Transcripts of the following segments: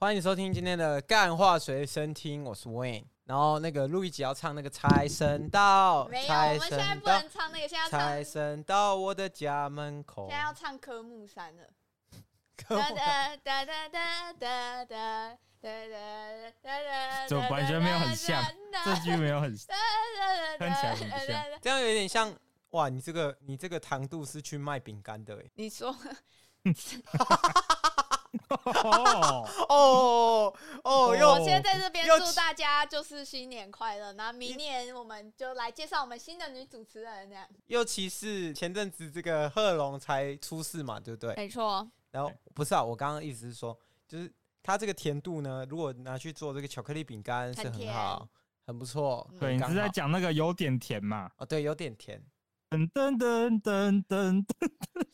欢迎收听今天的干话随身听，我是 Wayne。然后那个录一集要唱那个财神到，没有，财我们现在哦神不到能，唱那个，现在要唱，财神到我的家门口现。在要唱科目 三了。可哒我哒哒哒哒哒哒哒哒哒哒，就完全没有很像 这句没 有很，看 看起来很不像。 这样有点像哇，你这个你这个糖度是去卖饼干的哎。 你说哦，哦哦我又先在这边又祝大家就是新年快乐，然后明年我们就来介绍我们新的女主持人，这样尤其是前阵子这个贺龙才出事嘛，对不对？没错。然后不是啊，我刚刚意思是说，就是它这个甜度呢，如果拿去做这个巧克力饼干是很很甜好，很不错。嗯对你刚是在好讲那个有点甜嘛？哦，对，有点甜。噔噔噔噔噔，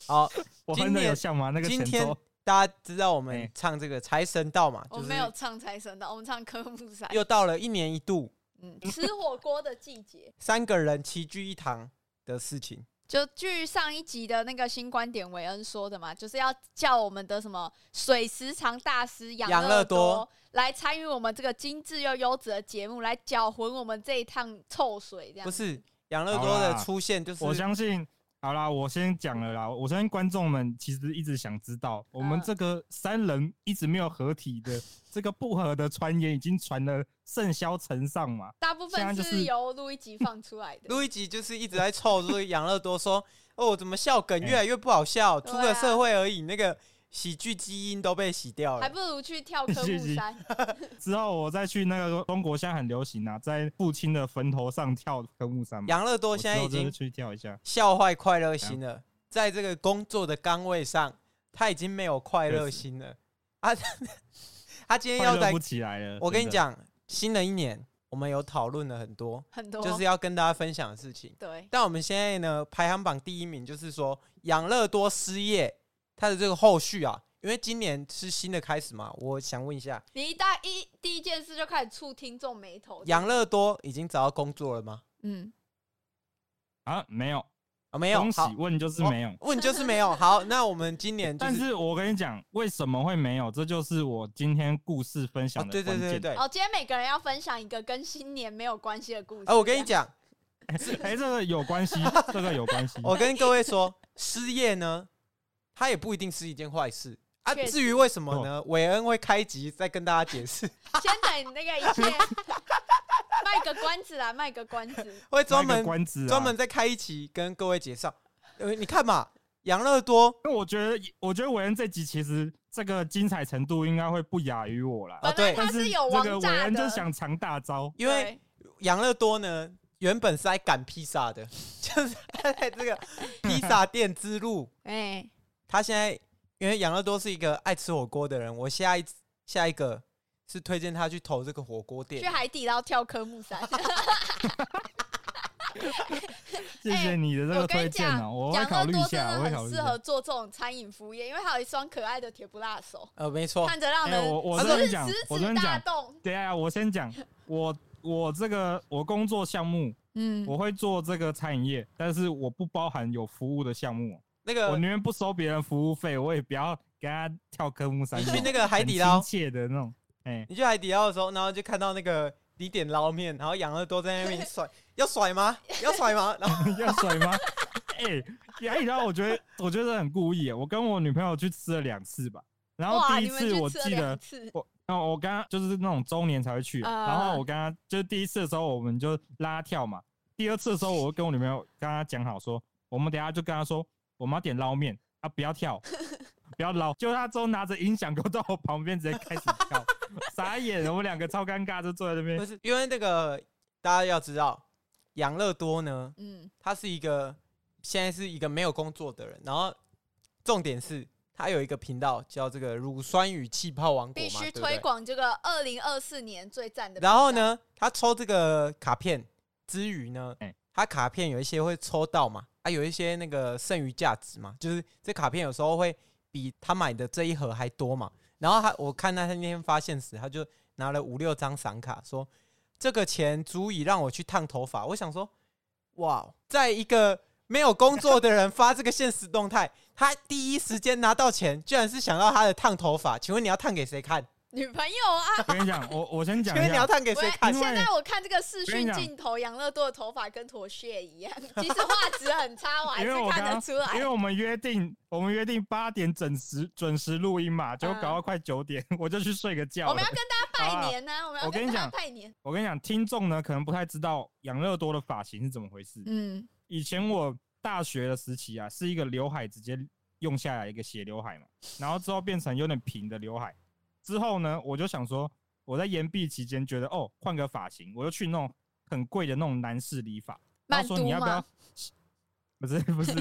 好，我今哼的年有像吗？那个今前天奏大家知道我们哎唱这个财神到嘛，我就们是没有唱财神的，我们唱科目三。又到了一年一度嗯，吃火锅的季节。三个人齐聚一堂的事情。就据上一集的那个新观点，韦恩说的嘛，就是要叫我们的什么水时长大师杨养乐乐多来参与我们这个精致又优质的节目，来搅浑我们这一趟臭水，这样不是养乐多的好啦出现，就是我相信。好啦，我先讲了啦。我相信观众们其实一直想知道，我们嗯这个三人一直没有合体的这个不合的传言已经传了甚嚣尘上嘛。大部现分在就是是由录一集放出来的。录一集就是一直在臭，就是养乐多 说哦，怎么笑梗越来越不好笑，啊出了社会而已，那个喜剧基因都被洗掉还了。不如去跳 科谢目谢三，之后我再去那个中国现在很流行啊，在父亲的坟头上跳科目三嘛。养乐多我现在之已后就是经去跳一下，笑坏快乐心了，在这个工作的岗位上，他已经没有快乐心了。啊， 他今天快要乐来不，起来了。我跟真你的，讲，新的一年我们有讨论了很多，很多就是要跟大家分享的事情。对，但我们现在呢，排行榜第一名就是说养乐多失业，他的这个后续啊，因为今年是新的开始嘛，我想问一下，你一大一第一件事就开始触听众眉头，养乐多已经找到工作了吗？嗯，啊，没有，啊，没有恭，喜好，哦问就是没有。问就是没有。好，那我们今年就哦但是我跟你讲，为什么会没有？这就是我今天故事分啊享，对的对关键。 对对，哎、哦，今天每个人要分享一个跟新年没有关系的故事。哦我跟你这样，讲， 哎、这个有关系，这个有关系。我跟各位说，失业呢，它也不一定是一件坏事啊。确实至于为什哦么呢，韦恩会开集再跟大家解 释，先等那个一 切，卖个关子啦，卖个关子。会专卖门个关子、啊，专门。再开一期跟各位介绍。呃，你看嘛，养乐多那我觉得，我觉得韦恩这集其实这个精彩程度应该会不亚于我啦。啊本对来 但哦他是有这王个韦炸恩就的，想藏大 招，因为对养乐多呢，原本是在赶披萨的， 就是他在这个披萨店之路。哎，他现在因为养乐多是一个爱吃火锅的人，我下一下一个是推荐他去投这个火锅去店。海底捞跳科目三。谢谢你的这哎我个跟推你荐哦、讲，我会养考乐虑多一真下，我的会考很虑一适下合。做这种餐饮服务业，因为他有一双可爱的铁不辣手，呃，没错，看着让哎、人我我他这说边食讲，我这指边大讲，动。等一下我先讲，我我这个我工作项目嗯，我会做这个餐饮业，但是我不包含有服务的项目哦、那呃我个宁愿不收别人服务费，我也不要跟他跳科目三你那种。去那个海底捞很，亲切的那种，哎、 你去海底捞的时候，然后就看到那个你点捞面，然后养乐多在那边甩，要甩吗？要甩吗？然后要水吗？哎、海底捞，我觉得我觉得很故意耶。我跟我女朋友去吃了两次吧，然后哇，第一你们次我去吃了记得两，次，那我跟她就是那种中年才会去，啊然后我跟她就是第一次的时候我们就拉跳嘛，第二次的时候我会跟我女朋友跟她讲好说，我们等一下就跟她说我们要点捞面啊，不要 跳。不要捞，就她之后拿着音响给我到我旁边直接开始跳，傻眼，我们两个超尴尬，就坐在那边不。是因为那个大家要知道，养乐多呢， 嗯，他是一个现在是一个没有工作的人，然后重点是他有一个频道叫这个乳酸与气泡王国必嘛，须对不推对？广这个二零二四年最赞的。然后？呢，他抽这个卡片之余呢哎，他卡片有一些会抽到嘛，啊，有一些那个剩余价值嘛，就是这卡片有时候会比他买的这一盒还多嘛。然后他我看他那天发现时，他就拿了五六张散卡，说这个钱足以让我去烫头发。我想说，哇，在一个没有工作的人发这个现实 动态，他第一时间拿到钱，居然是想到他的烫头发。请问你要烫给谁看？女朋友 啊。我跟你讲，我我先讲请问一你要下，烫给谁看喂，？现在我看这个视我跟你讯讲镜头，养乐多的头发跟拖鞋一 样，即使画质很差，我还因是为我看刚得刚出来因为。我们约定，我们约定八点准时准时录音嘛，结果搞到快九点，我就去睡个觉嗯我们了要。跟大家拜年呢、我们要啊我跟跟你大家讲拜年。我跟你讲，听众呢可能不太知道养乐多的发型是怎么回事。嗯，以前我大学的时期啊，是一个刘海直接用下来一个斜刘海嘛，然后之后变成有点平的刘海。之后呢，我就想说，我在延毕期间觉得哦，换个发型，我就去那种很贵的那种男士理发。他慢说你读要不要 嘛，？不是不是，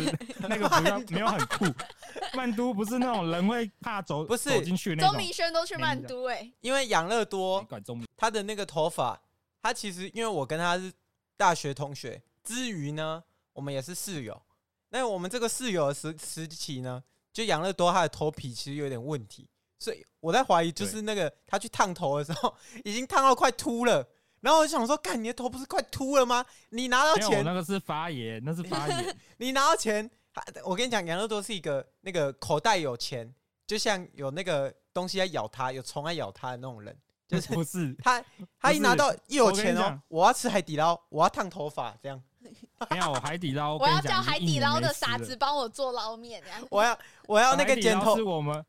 那个不要没有很酷。 曼都不是那种人会怕走不是走进去那钟种，明轩都去曼都哎、因为养乐多没管中他的那个头发，他其实因为我跟他是大学同学，之余呢，我们也是室友。那我们这个室友的时时期呢，就养乐多他的头皮其实有点问题，所以我在怀疑，就是那个他去烫头的时候， 已经烫到快秃了。然后我就想说，干你的头不是快秃了吗？你拿到没有钱，那个是发炎，那是 发炎。你拿到钱，他我跟你讲，养乐多是一个那个口袋有钱，就像有那个东西在咬他，有虫在咬他的那种人，就是不是？ 他他一拿到一有钱我跟你哦讲，我要吃海底捞，我要烫头发， 这样没有海底捞，我跟要你讲叫海底捞的傻，已经一年没吃子了帮我做捞面这样。我要我要那海个底剪捞头是，我们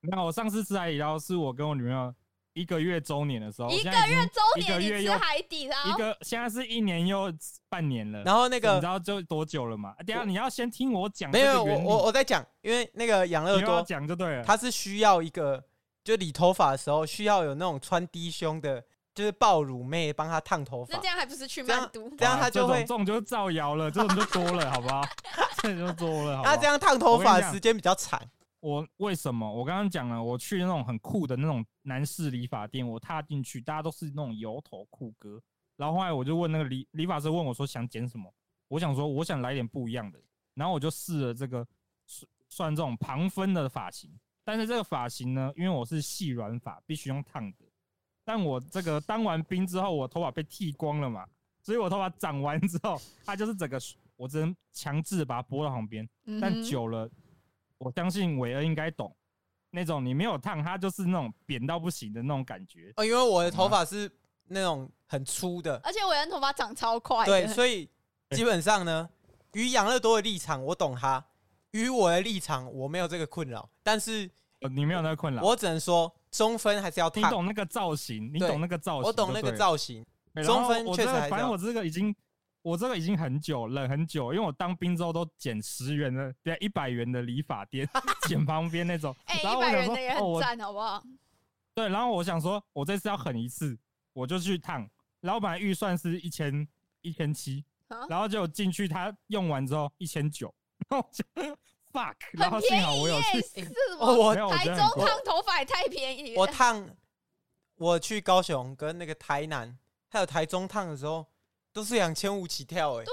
没有。我上次吃海底捞是我跟我女朋友一个月周年的时候，一我个现在已经月周一个年，你月吃又海底捞一，个现在是一年又半年了。然后那你个知道就多久了嘛？啊等一下我你要先听我讲没这有个我原理，我我在讲，因为那个养乐你又要多讲就对了。他是需要一个就理头发的时候需要有那种穿低胸的，就是爆乳妹帮他烫头那发这，样还不是去这样曼都？这样他就会啊这种这种就造谣了，这种就多了，好不好？ 这种就多了，好不好？那这样烫头发我跟你的讲时间比较长。我为什么？我刚刚讲了，我去那种很酷的那种男士理发店，我踏进去，大家都是那种油头酷哥。然后后来我就问那个理理发师，问我说想剪什么？我想说我想来点不一样的。然后我就试了这个算算这种旁分的发型，但是这个发型呢，因为我是细软发，必须用烫的。但我这个当完兵之后，我头发被剃光了嘛，所以我头发长完之后，它就是整个我只能强制把它拨到旁边。嗯哼但久了，我相信韦恩应该懂，那种你没有烫，它就是那种扁到不行的那种感觉。哦，因为我的头发是那种很粗的，而且韦恩头发长超 快的，对，所以基本上呢，于养乐多的立场我懂他，于我的立场我没有这个困扰，但是呃你没有那个困扰，我只能说中分还是要你烫，懂那个造型，你对懂那个造型，我懂那个。造型，对中然后分我确这实个还是反正要我这个已经，我这个已经很久忍很久，因为我当兵之后都剪十元的，对，一百元的理发店 剪旁边那种。哎，然后一我百想元说的也，哦，很我赞，好不好？对，然后我想说，我这次要狠一次，我就去烫。然后本来预算是一千一千七啊，然后就进去，他用完之后一千九，然后我就 fuck，然后很便幸好宜我有耶，去，是 什哦，么？没我有，我台觉得很中贵。烫头发也太便宜了，我烫，我去高雄跟那个台南还有台中烫的时候，都是两千五起跳、欸，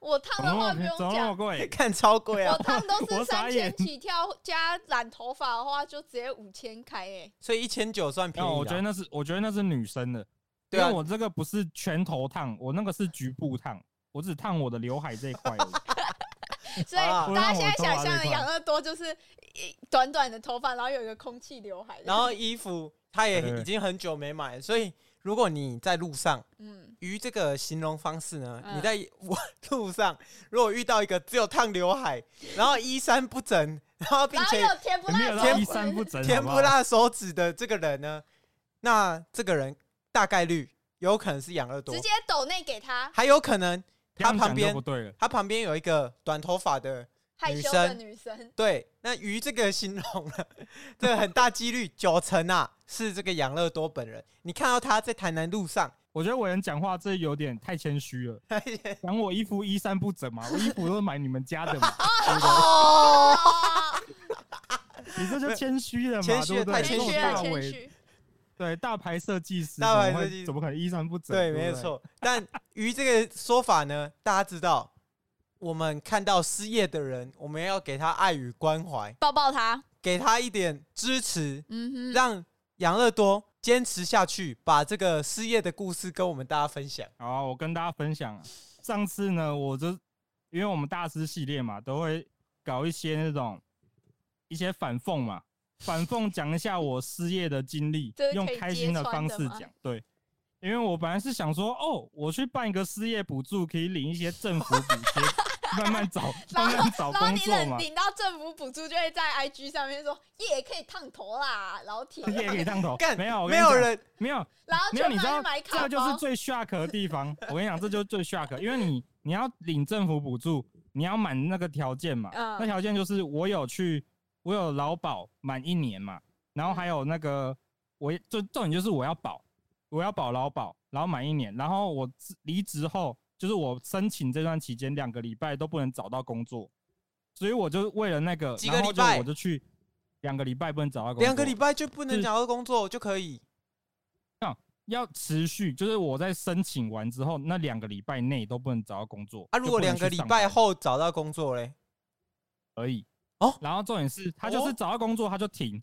我烫怎么的那话么不便用哦怎么那讲么，贵？ 看超贵啊我，烫都 是我傻三千眼起跳，加染头发的话就直接五千开哎。所以一千九算没便宜有，啦我觉得那是我觉得那是女生的，因对为啊，我这个不是全头烫，我那个是局部烫，我只烫我的刘海这一块而已。所以啊大家现在想我让我头发象的累坏养乐多就是一短短的头发，然后有一个空气刘海，然后衣服他也 对已经很久没买，所以如果你在路上。 嗯，于这个形容方式呢，嗯你在我路上如果遇到一个只有烫刘海，然后衣衫不整，然后并然后且又填不没有烂到手一指三不整，甜好不不好？辣手指的这个人呢，那这个人大概率有可能是养乐多直，接抖内给他还有可能这样他讲旁就边不对了，他旁边有一个短头发的，害羞的女生，对，那于这个形容呢， 这个很大几率九成啊是这个养乐多本人。你看到他在台南路上， 我觉得伟人讲话这有点太谦虚了。讲我衣服衣衫不整嘛，我衣服都是买你们家的 嘛，对不 对哦，哦，你这就谦虚了嘛，谦虚对不对？太谦虚这了，种大谦伟，虚，对大牌设计师，大牌怎么会设计师怎么可能衣衫不整？对，对，没。错。但于这个说法呢，大家知道，我们看到失业的人，我们要给他爱与关怀，抱抱他，给他一点支持，嗯哼，让养乐多坚持下去，把这个失业的故事跟我们大家分享。好啊、我跟大家分享啊，上次呢，我就因为我们大师系列嘛，都会搞一些那种一些反讽嘛，反讽讲一下我失业的 经历这，是用可以开揭心的穿方的式吗讲。对，因为我本来是想说，哦，我去办一个失业补助，可以领一些政府补贴，慢慢 找， 然慢后慢找然后工你作领嘛。领到政府补助，就会在 IG 上面说耶可以烫头啦，老 铁， 也可以烫头干，哦没有，我跟没你有讲人没有，然啊后没就有，你知拿道去买这卡个就是包。最 shock 的地方。我跟你讲，这就是最 shock，因为你你要领政府补助，你要满那个条件嘛。嗯那条件就是我有去，我有劳保满一年嘛，然后还有那个我就重点就是我要保，我要保劳保，然后满一年，然后我自离职后，就是我申请这段期间两个礼拜都不能找到工作，所以我就为了那个，几个然后礼就拜我就去两个礼拜不能找到工作，两个礼拜就不能是找到工作就可以，要持续，就是我在申请完之后那两个礼拜内都不能找到工作啊，如果就不能两去个礼上拜班后找到工作嘞，而已哦然后重点是他就是哦找到工作他就停，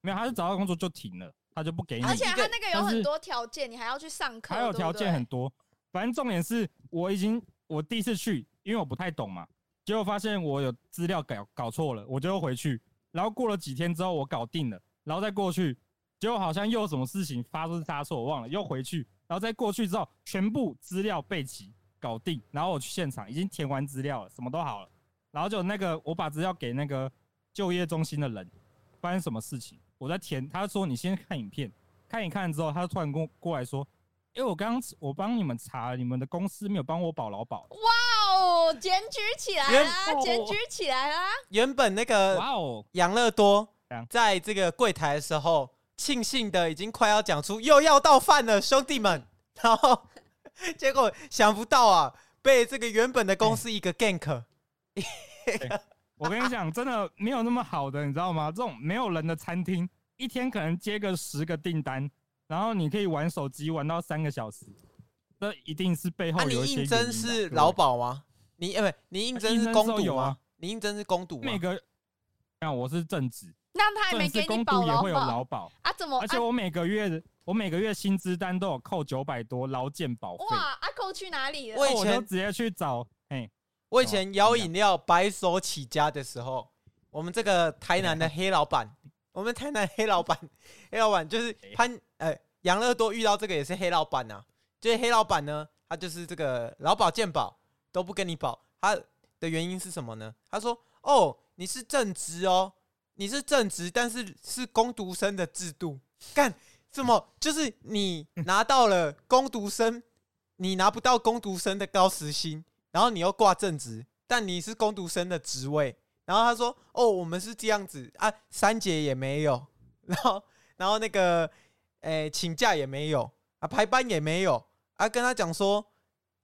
没有他是找到工作就停了，他就不给你。而且一它个那个有但很是多条件，你还要去上课，还有对不条件对很多，反正重点是我已经我第一次去，因为我不太懂嘛，结果发现我有资料搞搞错了，我就又回去，然后过了几天之后我搞定了，然后再过去，结果好像又有什么事情发生差错，我忘了，又回去，然后再过去之后全部资料备齐搞定，然后我去现场已经填完资料了，什么都好了，然后就那个我把资料给那个就业中心的人，发生什么事情，我在填，他说你先看影片。看一看之后，他就突然跟我过来说：“因为我刚刚我帮你们查了，你们的公司没有帮我保劳保。哦，检举起来原啦，检举起来啊啦！原本那个哇哦，养乐多怎样在这个柜台的时候，庆幸的已经快要讲出又要到饭了，兄弟们。 然后结果想不到啊，被这个原本的公司一个 gank，我跟你讲，真的没有那么好的，你知道吗？这种没有人的餐厅，一天可能接个十个订单，然后你可以玩手机玩到三个小时，这一定是背后那、啊你有一些应征原因啊的是各位劳保吗？你呃不，你应征是公应征的时候赌有吗啊？你应征是公赌吗每？个。那我是正职，那他还没正给职你公保都也劳会有保劳保，啊？怎么？而且啊我每个月的我每个月薪资单都有扣九百多劳健保费，哇，阿扣去哪里我了？以哦我就前直接去找，嘿，我以前摇饮料白手起家的时候，我们这个台南的黑老板，我们台南黑老板， 黑老板就是潘呃杨乐多遇到这个也是黑老板呐、就是黑老板呢，他就是这个劳保健保都不跟你保，他的原因是什么呢？他说哦你是正职哦，你是正职，但是是工读生的制度，干什么？就是你拿到了工读生，你拿不到工读生的高时薪。然后你又挂正职，但你是工读生的职位。然后他说：“哦，我们是这样子啊，三节也没有，然后然后那个，诶，请假也没有啊，排班也没有啊。”跟他讲说：“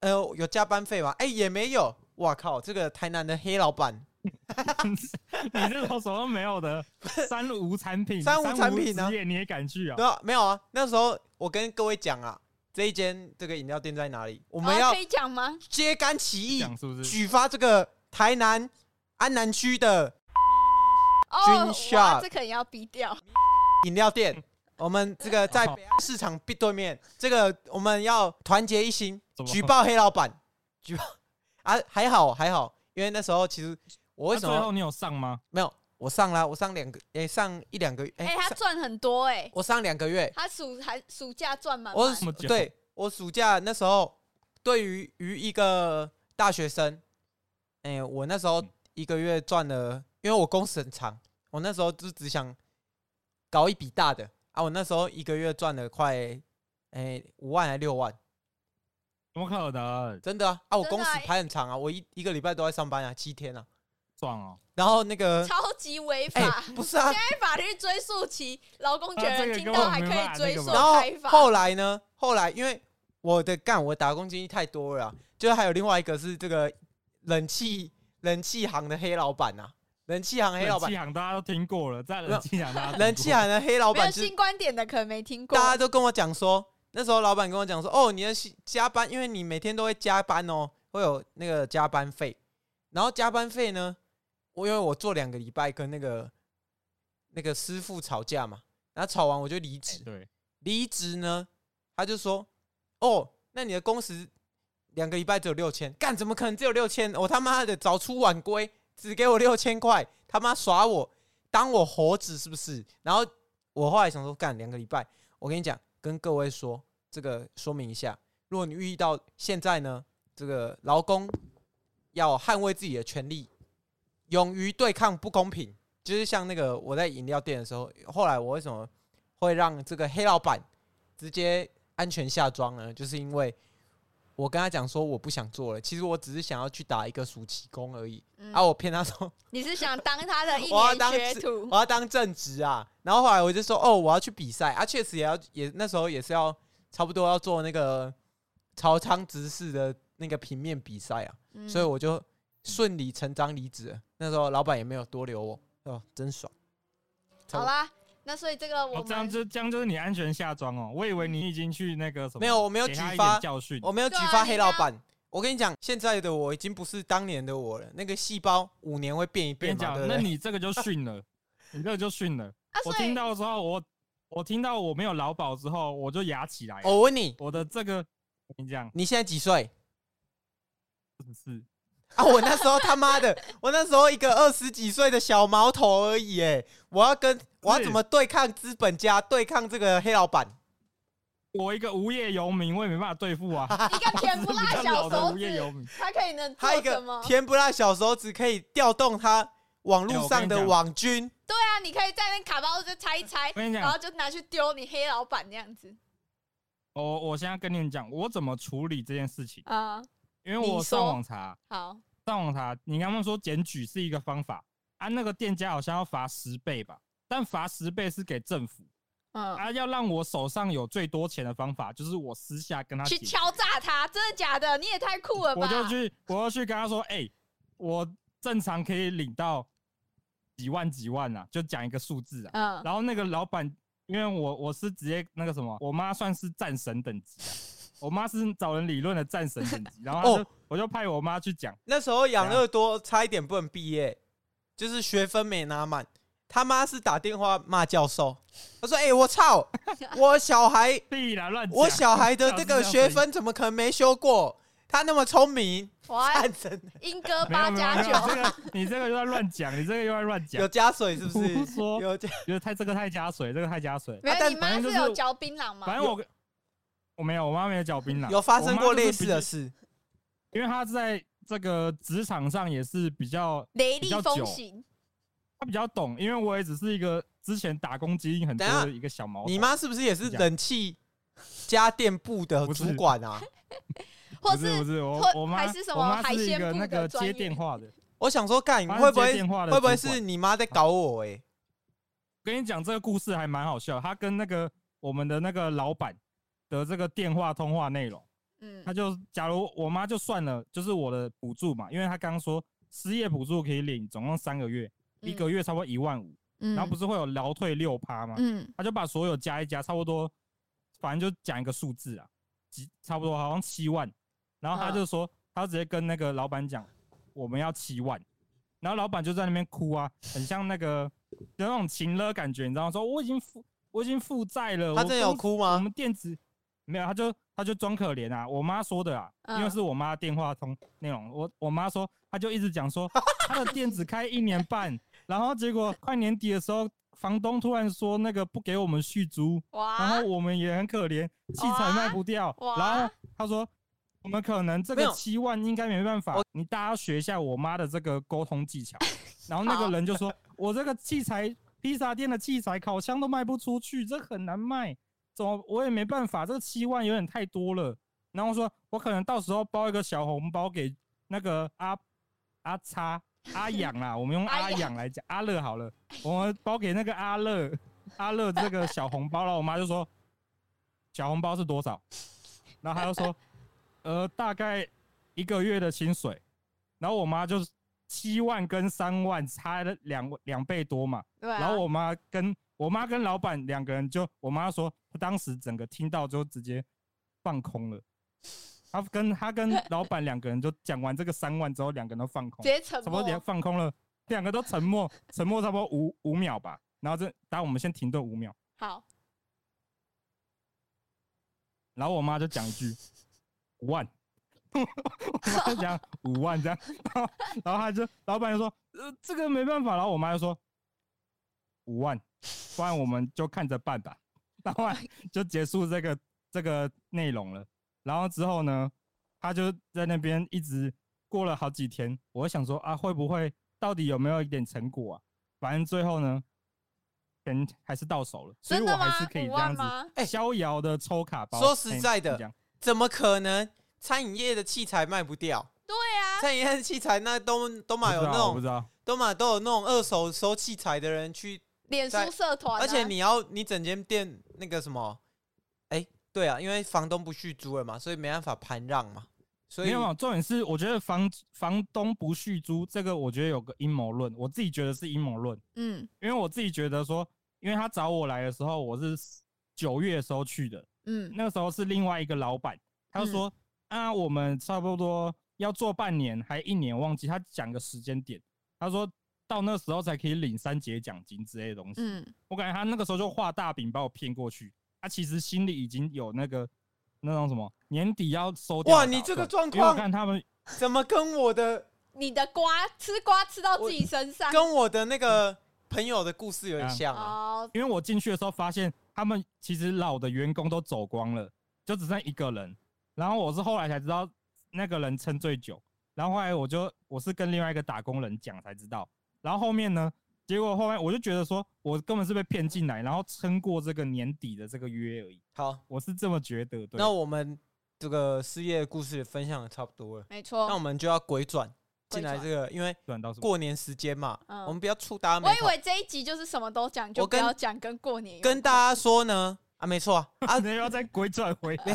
呃，有加班费吗？”哎，也没有。哇靠，这个台南的黑老板， 你这种什么都没有的三无产品，三无无产品啊职业你也敢去啊？对啊，没有啊。那时候我跟各位讲啊，这一间这个饮料店在哪里？我我们要哦可以讲吗？揭竿起义，讲是不是？举发这个台南安南区的哦，哇， shop 这可能要逼掉。饮料店，我们这个哦在北安市场壁对面，这个我们要团结一心，怎么举报黑老板，举报啊，还好还好，因为那时候其实我为那什最后么你有上吗？没有我上啦，我上两个，诶，上一两个月，诶，哎，他上赚很多哎，我上两个月，他暑寒暑假赚满我满是这么久对我暑假那时候，对于于一个大学生，哎、我那时候嗯一个月赚了，因为我工时很长，我那时候就只想搞一笔大的啊，我那时候一个月赚了快哎五、万还六万，怎么可能？真的啊，啊我真的工啊时排很长啊，我一一个礼拜都在上班啊，七天啊，爽哦！然后那个超级违哎、法。不是啊，被法律追溯期，劳工啊这权个听跟到我还没可办法以追那个溯吧然后哦开发。后来呢？后来因为我的干，我打工经历太多了啊、就是还有另外一个是这个冷气冷气行的黑老板呐、啊冷气行黑老冷板气，行大家都听过了，在没有冷气行大家都听过冷气行的黑老没有板就是新观点的可能没听过。大家都跟我讲说，那时候老板跟我讲说，哦，你的薪加班，因为你每天都会加班哦，会有那个加班费。然后加班费呢，我因为我做两个礼拜跟那个那个师傅吵架嘛，然后吵完我就离哎职。对，离职呢，他就说：“哦，那你的工时两个礼拜只有六千，干怎么可能只有六千？我他妈的早出晚归，只给我六千块，他妈耍我！”当我猴子是不是？然后我后来想说，干两个礼拜，我跟你讲，跟各位说，这个说明一下，如果你遇到现在呢，这个劳工要捍卫自己的权利，勇于对抗不公平。就是像那个我在饮料店的时候，后来我为什么会让这个黑老板直接安全下庄呢？就是因为我跟他讲说我不想做了，其实我只是想要去打一个暑期工而已。嗯啊，我骗他说 你是想当他的一我要年当学自徒？我要当正职啊。然后后来我就说，哦，我要去比赛啊，确实也要也那时候也是要差不多要做那个朝仓直视的那个平面比赛啊，嗯所以我就顺理成章离职了。那时候老板也没有多留我，哦，真爽。嗯好啦，那所以这个我哦，这样们就这样就是你安全下庄哦。我以为你已经去那个什么，没有我没有啊给他举一发点教训。我没有举对啊发你黑这老样板。我跟你讲，现在的我已经不是当年的我了。那个细胞五年会变一跟变你嘛，讲对，不那对？你这个就逊 了，你这个就逊了。啊，所我听以到之后，我我听到我没有劳保之后，我就牙起来了。哦我问你，我的这个，我跟你讲，你现在几岁？是是 啊！我那时候他妈的，我那时候一个二十几岁的小毛头而已，哎，我要跟我要怎么对抗资本家，对抗这个黑老板？我一个无业游民，我也没办法对付 啊。一个甜不我只是辣比较小老 的手无业游指，民，他可以能他做一什个么？甜不辣小手指可以调动他网哎络我跟上你的讲网军，对啊，你可以在那卡包就拆一拆我，跟你然讲后，就拿去丢你黑老板这样子我我现在跟你们讲，我怎么处理这件事情，啊。因为你我说上网查，好，上网查，你刚刚说检举是一个方法，啊，那个店家好像要罚十倍吧，但罚十倍是给政府，嗯，啊，要让我手上有最多钱的方法，就是我私下跟他去解敲诈他，真的假的？你也太酷了吧！我就去，我要去跟他说，哎、我正常可以领到几万几万啊，就讲一个数字啊。嗯，然后那个老板，因为我我是直接那个什么，我妈算是战神 等级、啊，我妈是找人理论的战神等级，然后她就、哦我就派我妈去讲，那时候养乐多差一点不能毕业，就是学分没拿满。他妈是打电话骂教授，他说：“哎、我操，我小孩，必然乱讲。我小孩的这个教授学分怎么可能没修过？他那么聪明， 哇，看真的英哥没有八没有加没有九，这个你这个又在 乱讲，你这个又在乱讲有，加水是不胡是？说，有加觉得太这个太加水，这个太加水。没有，但你妈反正是就是有嚼槟榔反吗？正我跟我没有，我妈没有嚼槟榔，有发生过类似我妈的就是事，比，因为她在这个职场上也是比较雷厉比较风久行，她比较懂，因为我也只是一个之前打工经验很多等的一一个小毛头。你妈是不是也是冷气家电部的不是主管 啊？或不是不是我或我妈还是什么我妈海是一鲜个部那的个专接业电 话的，我想说，干妈是会不接会电话的会不会主管是你妈在搞我？哎，跟你讲这个故事还蛮好笑，她跟那个我们的那个老板的这个电话通话内容。嗯他就假如我妈就算了，就是我的补助嘛，因为她刚刚说失业补助可以领总共三个月，一个月差不多一万五，嗯，然后不是会有劳退六趴嘛，嗯他就把所有加一加，差不多，反正就讲一个数字啊，几差不多好像七万，然嗯后他就说，他直接跟那个老板讲，我们要七万，然后老板就在那边哭啊，很像那个有那种情勒感觉，你知道吗？说我已经负我已经负债了，她我真的有公司哭我吗？们电子没有，他就他就装可怜啊。我妈说的啊，因为嗯是我妈电话通内容，我我妈说，她就一直讲说她的电子开一年半，然后结果快年底的时候，房东突然说那个不给我们续租，然哇后我们也很可怜，器材卖不掉，啊哇然后她说。我们可能这没个有七万应该没办法我，你大家要学一下我妈的这个沟通 技巧。然后那好个人就说：“我这个器材，披萨店的器材，烤箱都卖不出去，这很难卖。”怎么我也没办法，这个七万有点太多了。然后说，我可能到时候包一个小红包给那个阿阿叉阿养啦，我们用阿阿养养来讲阿乐好了，我们包给那个阿乐阿乐这个小红包然后我妈就说，小红包是多少？然后她就说，呃，大概一个月的薪水。然后我妈就是七万跟三万差了两两倍多嘛，对啊，然后我妈跟我妈跟老板两个人就，我妈说，她当时整个听到就直接放空了。她跟她跟老板两个人就讲完这个三万之后，两个人都放空直， 接沉差不多两默，放空了，两个都沉默，沉默差不多五五秒吧。然后这，然后我们先停顿五秒，好，然后我妈就讲一句五万， 我妈就讲五万这样，然后然后她就老板就说，呃，这个没办法，然后我妈就说，五万，不然我们就看着办吧。然后就结束这个这个内容了。然后之后呢，他就在那边一直过了好几天。我想说啊，会不会到底有没有一点成果啊？反正最后呢，钱还是到手了，所以真我的还吗是可？以五这万样子吗？哎逍遥的抽卡包。说实在的哎这样怎么可能？餐饮业的器材卖不掉，对啊，餐饮业的器材那都都嘛有那我种不知道，都嘛都有那种二手收器材的人去，脸在书社团啊，而且你要你整间店那个什么，哎、对啊，因为房东不续租了嘛，所以没办法盘让嘛，所没以有没有，重点是我觉得房房东不续租这个，我觉得有个阴谋论，我自己觉得是阴谋论，嗯因为我自己觉得说，因为他找我来的时候，我是九月的时候去的，嗯那个时候是另外一个老板，他就嗯说、啊，我们差不多要做半年还一年，忘记他讲个时间点，他说到那时候才可以领三节奖金之类的东西，嗯，我感觉他那个时候就画大饼把我骗过去，他其实心里已经有那个那种什么年底要收掉的哇，打算。你这个状因为我况看他们怎么跟我的你的瓜吃瓜吃到自己身上跟我的那个朋友的故事有点像啊？啊哦，因为我进去的时候发现，他们其实老的员工都走光了，就只剩一个人。然后我是后来才知道那个人撑最久，然后后来我就我是跟另外一个打工人讲才知道。然后后面呢，结果后面我就觉得说我根本是被骗进来，然后撑过这个年底的这个约而已，好，我是这么觉得。对，那我们这个失业的故事分享的差不多了，没那我错。们就要鬼转进来哦鬼转这个，因为转到什么？过年时间嘛，嗯我们不要触大家我眉以头。为这一集就是什么都讲，就我不跟要讲跟过年有跟大家说呢，啊，没错啊 啊，你要再鬼转回，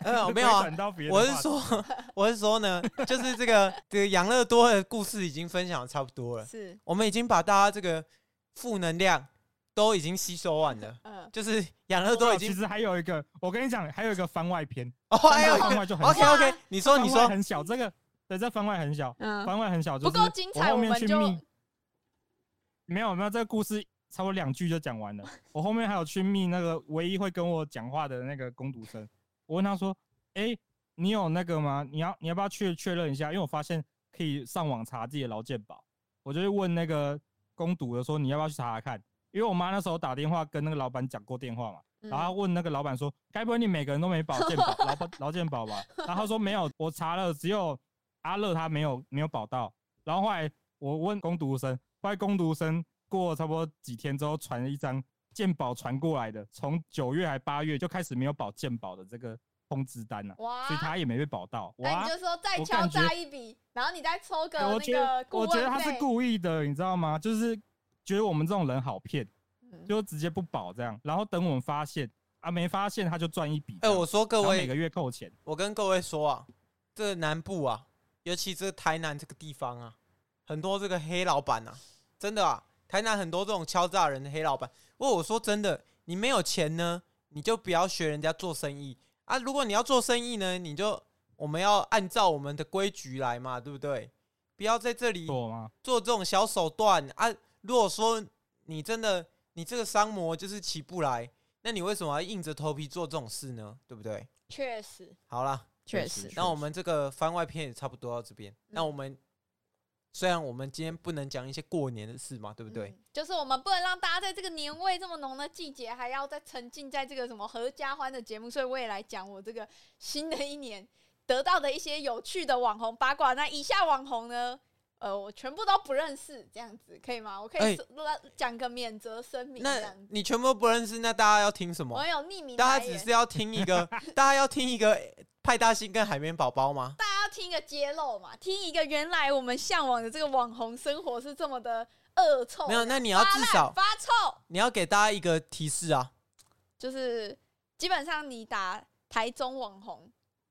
呃，没有啊转，到别的话我题。是说， 我是说呢，就是这个这个养乐多的故事已经分享的差不多了，是我们已经把大家这个负能量都已经吸收完了，嗯，就是养乐多已哦啊其经实还有一个，我跟你讲，还有一个番外篇，哦，还有番外就很小，OK OK，你说你番外说，很小，这个对，这番外很小，嗯，番外很小，就不是够精彩，我后我面们去就密，没有没有，这个故事差不多两句就讲完了。我后面还有去密那个唯一会跟我讲话的那个工读生，我问他说：“哎、你有那个吗？你要你要不要确确认一下？因为我发现可以上网查自己的劳健保。”我就去问那个工读的说：“你要不要去查查看？”因为我妈那时候打电话跟那个老板讲过电话嘛，嗯然后问那个老板说：“该不会你每个人都没保健 保劳保劳健保吧？”然后他说：“没有，我查了，只有阿乐他没有没有保到。”然后后来我问工读生，后来工读生过差不多几天之后传了一张健保传过来的，从九月还八月就开始没有保健保的这个通知单了、哇所以，他也没被保到。那哇啊你，就说再我敲感觉诈一笔，然后你再抽个哎我那觉得个顾我觉得问他是费，故意的，你知道吗？就是觉得我们这种人好骗，嗯就直接不保这样，然后等我们发现啊，没发现他就赚一笔这哎，样。我说各然后位每个，月扣钱，我跟各位说啊，这个南部啊，尤其这个台南这个地方啊，很多这个黑老板啊，真的啊，台南很多这种敲诈人的黑老板。不过我说真的，你没有钱呢，你就不要学人家做生意啊。如果你要做生意呢，你就我们要按照我们的规矩来嘛，对不对？不要在这里错吗？做这种小手段啊。如果说你真的你这个商模就是起不来，那你为什么要硬着头皮做这种事呢？对不对？确实好啦。确实实，那我们这个番外篇也差不多到这边。那嗯我们虽然我们今天不能讲一些过年的事嘛，对不对？嗯就是我们不能让大家在这个年味这么浓的季节，还要再沉浸在这个什么合家欢的节目，所以我也来讲我这个新的一年得到的一些有趣的网红八卦。那以下网红呢，呃，我全部都不认识，这样子可以吗？我可哎以说讲个免责声明这那样子。你全部都不认识，那大家要听什我么？有匿名大来家只源，是要听一 个，大家要听一个派大星跟海绵宝宝吗？大家要听一个揭露嘛，听一个原来我们向往的这个网红生活是这么的恶臭，没有，那你要发至烂少发臭。你要给大家一个提示啊。就是基本上你打台中网红，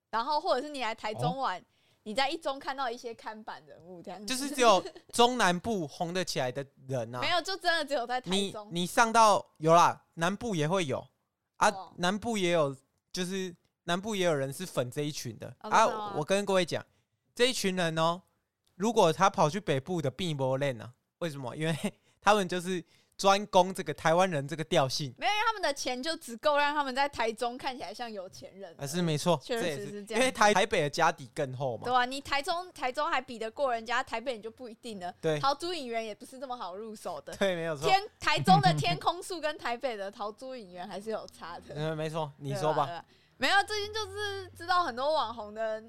然后或者是你来台中玩，你在一中看到一些看板人物这样子，就是只有中南部红得起来的人啊 没。有就真的只有在台你中，你上到有啦，南部也会有啊，哦南部也有，就是南部也有人是粉这一群的、哦啊真的吗。我跟各位讲，这一群人 哦，如果他跑去北部的并不练啊，为什么？因为他们就是专攻这个台湾人这个调性，没有，因为他们的钱就只够让他们在台中看起来像有钱人还了。啊是没错，确这也实是是这因为样台台北的家底更厚对嘛，啊，你台中台中还比得过人家，台北你就不一定了。对桃竹影园也不是这么好入 手的。对，没有错，天，台中的天空树跟台北的桃珠影园还是有差的。嗯，没错，你对啊说吧，对没有，最近就是知道很多网红的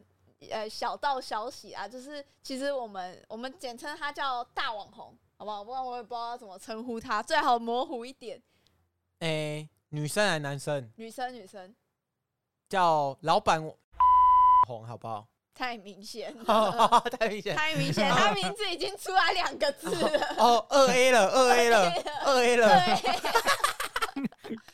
呃小道消息啊，就是其实我们我们简称他叫大网红，好不好？不然我也不知道怎么称呼他，最好模糊一点。诶，女生还是男生女生女生叫老板 红好不 好？ 太明显了，太明显太明显，他名字已经出来两个字了。 哦，二 A 了，二 A 了，二 A 了，对，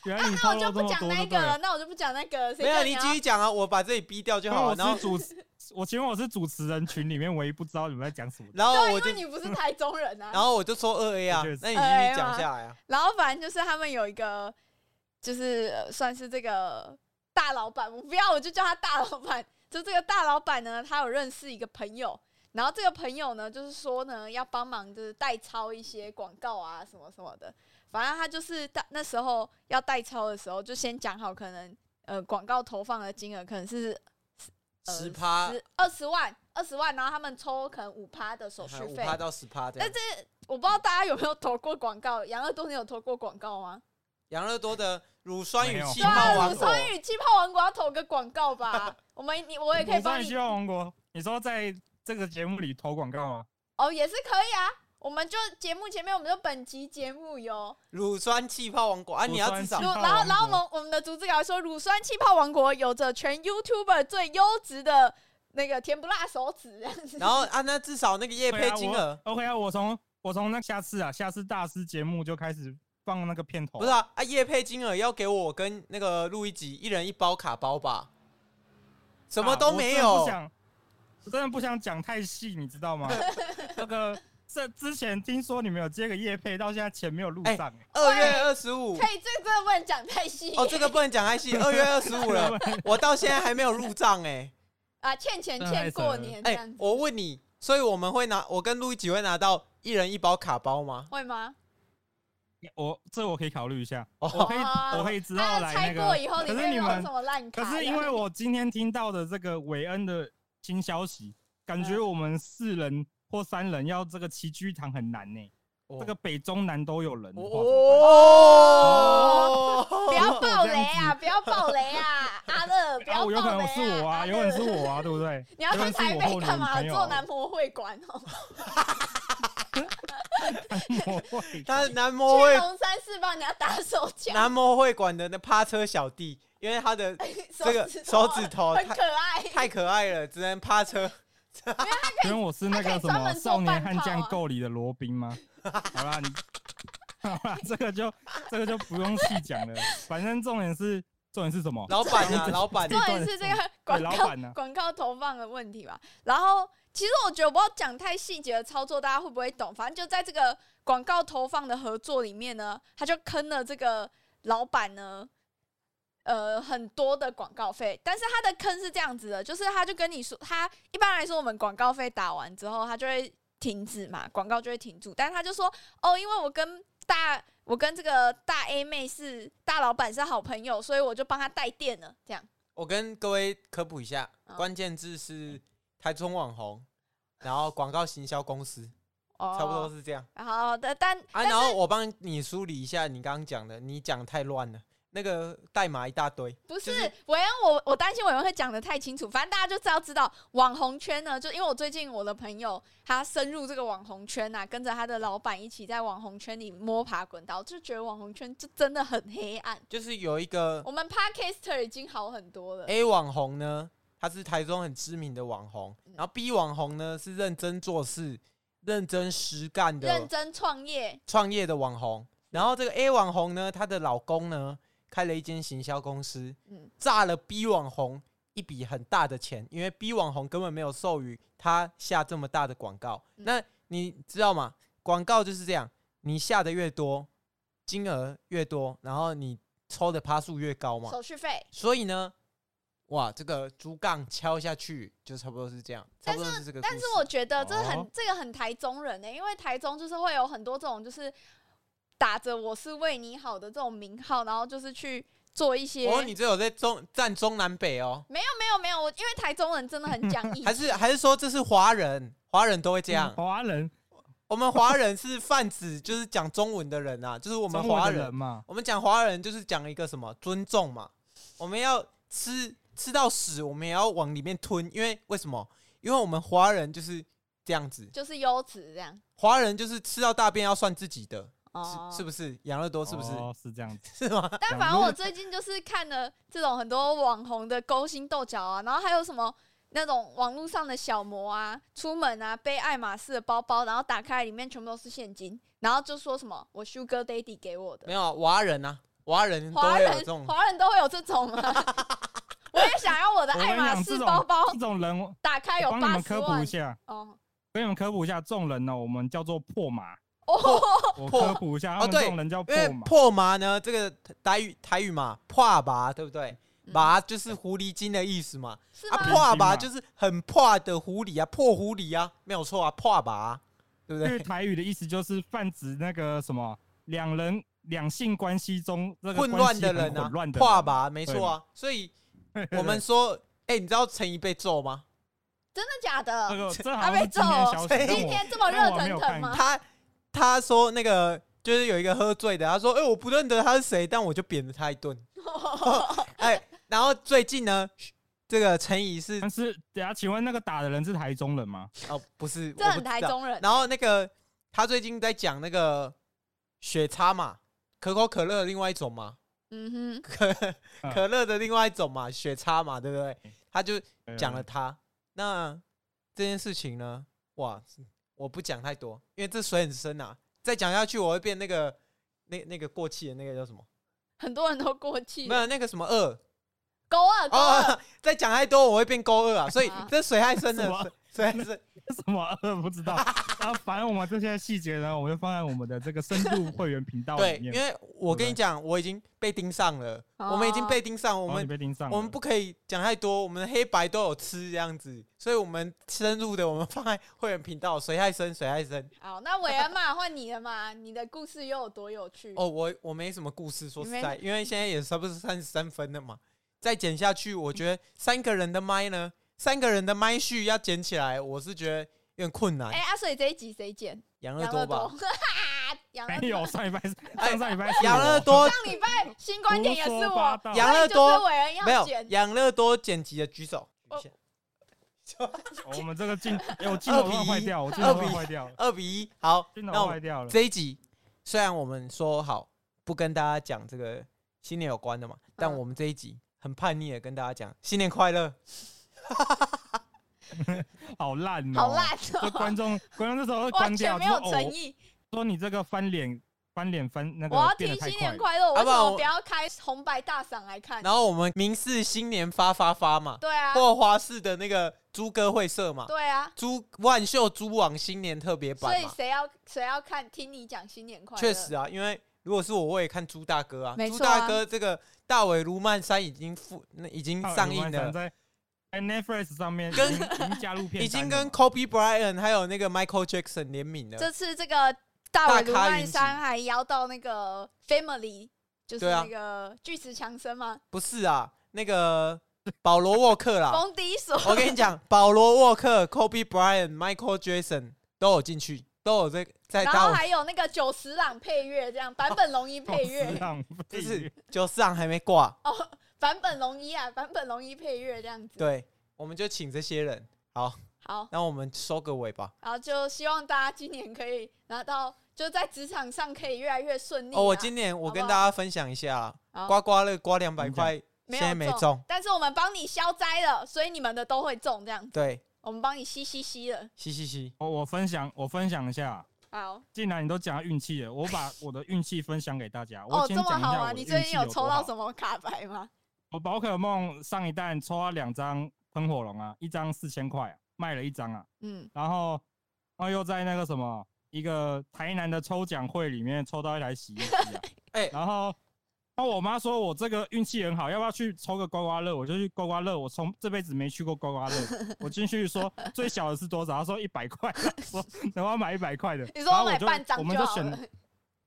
原来你那透我露就这不么讲多那就个对了，了。那我就不讲那个了。谁没有，叫你要继续讲啊，我把这里逼掉就因为好了，我然后是主持，我请问我是主持人群里面唯一不知道你们在讲什么的。然后哦我啊因就为你不是台中 人啊。然后我就说二 A 啊我觉得，是那你继续讲下来啊，然后反正就是他们有一个，就是、呃算是这个大老板，我不要，我就叫他大老板。就这个大老板呢，他有认识一个朋友，然后这个朋友呢，就是说呢，要帮忙就是代抄一些广告啊什么什么的。反正他就是大那时候要代抄的时候，就先讲好，可能呃广告投放的金额可能是呃十趴，十二十万，二十万，然后他们抽可能五趴的手续五费趴。啊到十趴这但样这。我不知道大家有没有投过广告，养乐多你有投过广告吗？养乐多的乳酸与没有气对啊，泡乳王国，酸与气泡王国要投个广告 吧？我们你我也可以你说帮你希啊你望王国，你说在这个节目里投广告吗？哦，也是可以啊。我们就节目前面，我们就本集节目有乳酸气泡王国啊，你要至少乳乳，气泡然后王然后我国们我们的逐字稿说，乳酸气泡王国有着全 YouTuber 最优质的那个甜不辣手指 这样子。然后啊，那至少那个夜配金额 OK 啊，我从我从那下次啊，下次大师节目就开始放那个片头。不是啊啊，夜配金额要给我跟那个录一集一人一包卡包吧，什么啊都没有我真的不，想，我真的不想讲太细，你知道吗？那个这之前听说你们有接个叶配，到现在钱没有录上、欸。二月二十五可以，这个真的不能讲太细哦，这个不能讲太细，二月二十五 了， 我到现在还没有入账哎啊，欠钱真的欠太过扯了年这哎，样欸子，我问你，所以我们会拿我跟录一集会拿到一人一包卡包哎吗？会吗？我这我可以考虑一下，哦我可以哦我可以之后他要来那拆过以个。后，可里是面你有们什么烂卡可这样？是因为我今天听到的这个韦恩的新消息，嗯感觉我们四人或三人要这个齐聚一堂很难呢、哦这个北中南都有人的话怎么办。哦，不要爆我这雷样啊！不要爆雷啊！阿乐，不 哦啊，要有可爆雷能是我阿啊，乐有可能是我啊，对不对？ 你要有去可能是台我或北你干女嘛？朋友做啊男模会馆哦，我会他男哦模去会龙山寺帮人家打手枪，男模会馆的那趴车小弟，因为他的这个手 手啊指哦头很太可爱，太可爱了，只能趴 车。因为我是那个他可以什专么门做少年悍半套将啊够里的罗宾吗？ 好啦，你 好啦，这个就这个就不用细讲了。反正重点是重点是什么？老板啊，老板这重一啊，段点是这是嗯哎个广老板啊告呢广告投放的问题吧。然后其实我觉得我不知道讲太细节的操作，大家会不会懂？反正就在这个广告投放的合作里面呢，他就坑了这个老板呢。呃，很多的广告费，但是他的坑是这样子的，就是他就跟你说，他一般来说我们广告费打完之后，他就会停止嘛，广告就会停住，但是他就说，哦，因为我跟大我跟这个大 A 妹是大老板是好朋友，所以我就帮他带电了，这样。我跟各位科普一下，嗯关键字是台中网红，然后广告行销公司，哦，差不多。是这样然后的，但啊。然后我帮你梳理一下你刚刚讲的，你讲太乱了，那个代码一大堆。不就是韦恩，我我担心韦恩会讲的太清楚，反正大家就知道知道网红圈呢，就因为我最近我的朋友他深入这个网红圈啊，跟着他的老板一起在网红圈里摸爬滚打，我就觉得网红圈就真的很黑暗。就是有一个我们 Podcaster 已经好很多了， A 网红呢，他是台中很知名的网红，然后 B 网红呢是认真做事、认真实干的认真创业，创业的网红。然后这个 A 网红呢，她的老公呢开了一间行销公司，嗯，炸了 B 网红一笔很大的钱，因为 B 网红根本没有授予他下这么大的广告。嗯那你知道吗？广告就是这样，你下的越多，金额越多，然后你抽的趴数越高嘛。手续费。所以呢，哇，这个竹杠敲下去就差不多是这样，差但不是多是这个故事。但是我觉得这很、哦欸这个很台中人呢、因为台中就是会有很多这种就是。打着我是为你好的这种名号，然后就是去做一些。哦，你这有在中站中南北哦，没有没有没有，我因为台中人真的很讲 义气，还是还是说这是华人，华人都会这样。嗯华人，我们华人是泛指就是讲中文的人啊，就是我我们华人，人嘛，我们讲华人就是讲一个什么尊重嘛，我们要吃吃到屎，我们也要往里面吞，因为为什么？因为我们华人就是这样子，就是优质这样。华人就是吃到大便要算自己的，哦，是是不是？养乐多是不是？哦，是这样子。 是吗？但反正我最近就是看了这种很多网红的勾心斗角啊，然后还有什么那种网络上的小模啊，出门啊背爱马仕的包包，然后打开里面全部都是现金，然后就说什么我 Sugar Daddy 给我的没，有华人啊，华人都华会有这人种，华人都会有这种吗？ 我也想要我的我跟爱你马讲，这仕种哎包包这，种人，我打开有帮你八们十科普万一下，哦跟你们科普一下，这种人呢，我们叫做破马。哦，我破科普一下，哦他们对这种人叫因破为马。破麻呢，这个台语台语嘛，破麻对不对？嗯麻就是狐狸精的意思嘛，是啊，吗？破麻就是很破的狐狸啊，破狐狸啊，没有错啊，破麻啊，对不因为对？台语的意思就是泛指那个什么两人两性关系中那个混乱的关系人很啊混乱，的人破麻没错啊，所以 我们说，哎，你知道陈怡被揍吗？真的假这的？个这阿好像贝是揍今今天的消息，但我天这么热但我没有腾腾看吗？他他说那个就是有一个喝醉的，他说：“哎、我不认得他是谁，但我就扁了他一 顿。”哎、然后最近呢，这个陈怡是但是等下，请问那个打的人是台中人吗？哦，不是，这我不很知台道。中人，然后那个他最近在讲那个雪叉嘛，可口可乐的另外一种嘛，嗯哼，可嗯可乐的另外一种嘛，雪叉嘛，对不对？他就讲了呃，他。那这件事情呢，哇，我不讲太多，因为这水很深啊，再讲下去我会变那个那那个过气的那个叫什么？很多人都过气没了，有那个什么二勾二勾二。哦， 再讲太多我会变勾二啊，所以啊这水太深什了么，水水太深。什么呃 不知道。然后反正我们这些细节呢，我们就放在我们的这个深度会员频道对，里因面。为我跟你讲，我已经被盯上了，哦我们已哦经被盯上，我然后哦们你被盯上了，我们不可以讲太多，我们黑白都有吃这样子，所以我们深入的我们放在会员频道，水太深，水太深。好，那韦恩嘛， 换你了嘛，你的故事又有多有趣？哦，我我没什么故事，说实你没在，因为现在也差不多三十三分了嘛，再剪下去，我觉得三个人的麦呢，三个人的麦序要剪起来，我是觉得有点困难哎、。阿水这一集谁剪？养乐杨多乐多， 吧，哈哈，杨乐 没有 多。上一拜哎上上一拜是养我 乐多上礼拜新观点也是胡说我八，道杨乐多所以就是韦恩没要有剪，哦养乐多剪辑的举手，举一下我们这 个镜，哎我镜头快坏掉，我镜头快坏掉了，二比一，好，镜那我头坏掉了。这一集虽然我们说好不跟大家讲这个新年有关的嘛，但嗯我们这一集很叛逆的跟大家讲新年快乐。好烂哦，好烂就哦、观众观众那时候会关完全掉，没就有说诚哦，意。说你这个翻脸翻脸翻那我要个变听得太新快年了，快乐，我为啊不什然我么不要开红白大赏来看？然后我们明视新年发发发嘛，哎对啊，霍华氏的那个猪哥会社嘛，对啊，猪万秀猪王新年特别所版以嘛，谁要谁要看听你讲新年快乐？确实啊，因为如果是我，我也看猪大哥啊，没猪错啊大哥这个大尾卢曼山已经复那已经看上鲁映班三了。在在 Netflix 上面已跟经已经加入片 单了嘛，已经跟 Kobe Bryant 还有那个 Michael Jackson 联名了，这次这个大尾卢大咖曼云集山还邀到那个 Family，就是对啊那个巨石强森嘛，不是啊，那个保罗沃克啦。冯迪所 我跟你讲，保罗沃克、Kobe Bryant、Michael Jackson 都有进去，都有在在然后大还有那个九十朗配乐，这样版本龙一配 乐，就哦就是是九四郎还没挂。哦版本龙一啊，版本龙一配乐这样子。，对，我们就请这些人。好，好，那我们收个尾吧。然后就希望大家今年可以拿到，就在职场上可以越来越顺利啊。哦，我今年我好不跟好大家分享一下啊，好嗯刮刮乐刮两百你讲块，没现有在没中。但是我们帮你消灾了，所以你们的都会中这样子。对，我们帮你吸吸吸了。嘻嘻嘻，我我分享我分享一下，好，既然你都讲到运气了，我把我的运气分享给大家。哦，我这先么讲一好下啊！我的你运最近气有有抽多到好。什么卡牌吗？我宝可梦上一弹抽到两张喷火龙啊，一张四千块啊，卖了一张啊，嗯，然后然后又在那个什么一个台南的抽奖会里面抽到一台洗衣机啊，哎然后。然后我妈说我这个运气很好，要不要去抽个刮刮乐？我就去刮刮乐，我从这辈子没去过刮刮乐。我进去说最小啊的是多少？她说一百块，我说能不能买一百块的？你然说后买就半张我就们就好选了。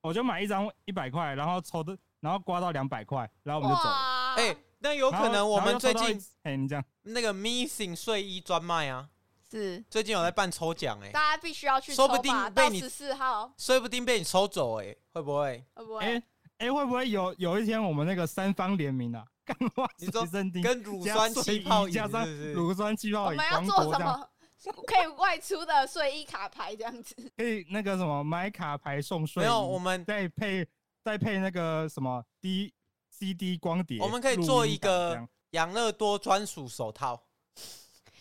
我就买一张一百块，然后抽的，然后刮到两百块，然后我们就走了。哇，哎、那有可能我们最近哎，你这样那个 Missing 睡衣专卖啊，是最近有在办抽奖哎、大家必须要去说抽不吧，定被到你十四号，说不定被你抽走哎、会不会？会不哎会？哎，会不会有有一天我们那个三方联名啊？ 干花你说随身听跟乳加酸睡气衣泡饮加是上不是？乳酸气我泡饮，们要王做国什这样？么？可以外出的睡衣卡牌这样子，可以那个什么买卡牌送睡没衣，有，我们再配再配那个什么 D C D 光碟，我们可以录音做一档个这样养乐多专属手 套。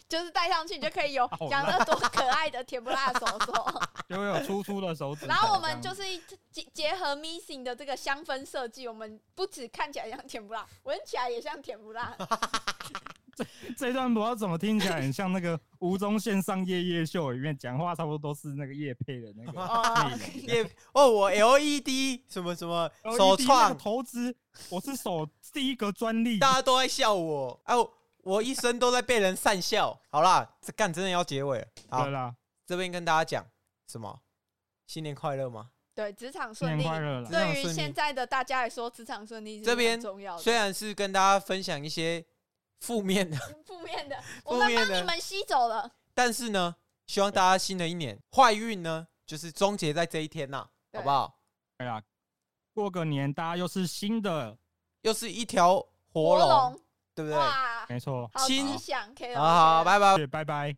就是戴上去你就可以有好养乐多可爱的甜不辣手 手。就会有粗粗 的手指头这然样。后我们就是一结结合 Missing 的这个香氛设计，我们不止看起来像甜不辣，闻起来也像甜不 辣。这段不知道怎么听起来很像那个吴宗宪上夜夜秀里面讲话，差不多都是那个叶配的 那个哦，内容。也哦，我 LED 什么什么 LED E 首呃那个创，投资，我是首第一个专利。大家都在笑我。哎、我我一生都在被人讪笑。好啦，这干真的要结尾了。好对，啦，这边跟大家讲什么？新年快乐吗？对，职场新顺年利。快乐啦！对于现在的大家来说，职场顺利是这边很重要虽的。然是跟大家分享一些负面的， 负面的，我们面的帮你们吸走了。但是呢，希望大家新的一年坏运呢，就是终结在这一天呐、对好不好？对啦，过个年，大家又是新的，又是一条活活龙，龙，对不对？哇，哎没错。好亲吉祥，K 好好，拜拜。对，拜拜。